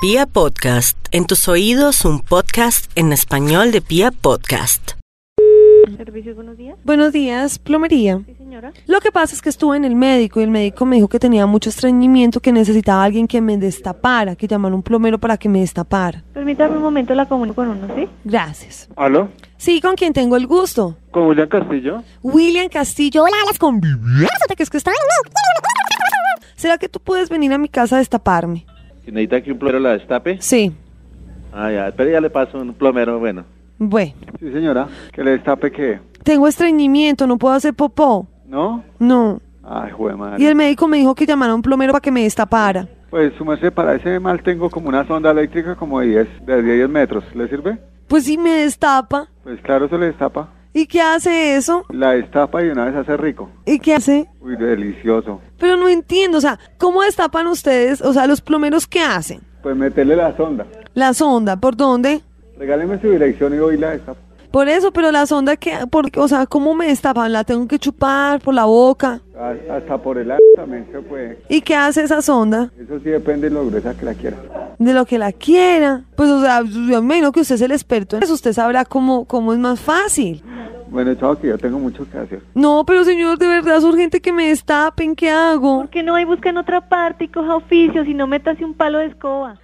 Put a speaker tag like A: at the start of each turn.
A: Pia Podcast, en tus oídos un podcast en español de Pia Podcast.
B: Servicios, buenos días.
C: Buenos días, plomería.
B: Sí, señora.
C: Lo que pasa es que estuve en el médico y el médico me dijo que tenía mucho estreñimiento, que necesitaba alguien que me destapara, que llamara un plomero para que me destapara.
B: Permítame un momento, la comunico con uno, ¿sí?
C: Gracias.
D: ¿Aló?
C: Sí, con quien tengo el gusto.
D: ¿Con Julián Castillo?
C: William Castillo, hola, las convivias, que es que está... ¿Será que tú puedes venir a mi casa a destaparme?
D: ¿Que necesita que un plomero la destape?
C: Sí.
D: Ah, ya, pero ya le paso un plomero bueno.
C: Bueno,
D: Sí, señora. ¿Que le destape qué?
C: tengo estreñimiento, no puedo hacer popó.
D: ¿No?
C: No.
D: Ay, joder,
C: Y
D: madre.
C: el médico me dijo que llamara a un plomero para que me destapara.
D: Pues, su merced, para ese mal tengo como una sonda eléctrica como de 10, de 10 metros. ¿Le sirve?
C: Pues si me destapa.
D: Pues claro, se le destapa.
C: ¿Y qué hace eso?
D: La destapa y una vez hace rico.
C: ¿Y qué hace?
D: Uy, delicioso.
C: Pero no entiendo, o sea, ¿cómo destapan ustedes, o sea, los plomeros qué hacen?
D: Pues meterle la sonda.
C: La sonda, ¿por dónde?
D: Regáleme su dirección y hoy la destapa.
C: Por eso, pero la sonda que, por, o sea, ¿cómo me destapan? La tengo que chupar por la boca.
D: Ah, Hasta por el a también se puede.
C: ¿Y qué hace esa sonda?
D: Eso sí depende de lo gruesa que la quiera.
C: De lo que la quiera. Pues, o sea, yo me imagino que usted es el experto en eso, usted sabrá cómo, cómo es más fácil.
D: Bueno, chao, que yo tengo mucho que hacer.
C: No, pero señor, de verdad es urgente que me destapen, ¿qué hago?
B: ¿Por qué no hay busca en otra parte y coja oficios y no métase un palo de escoba?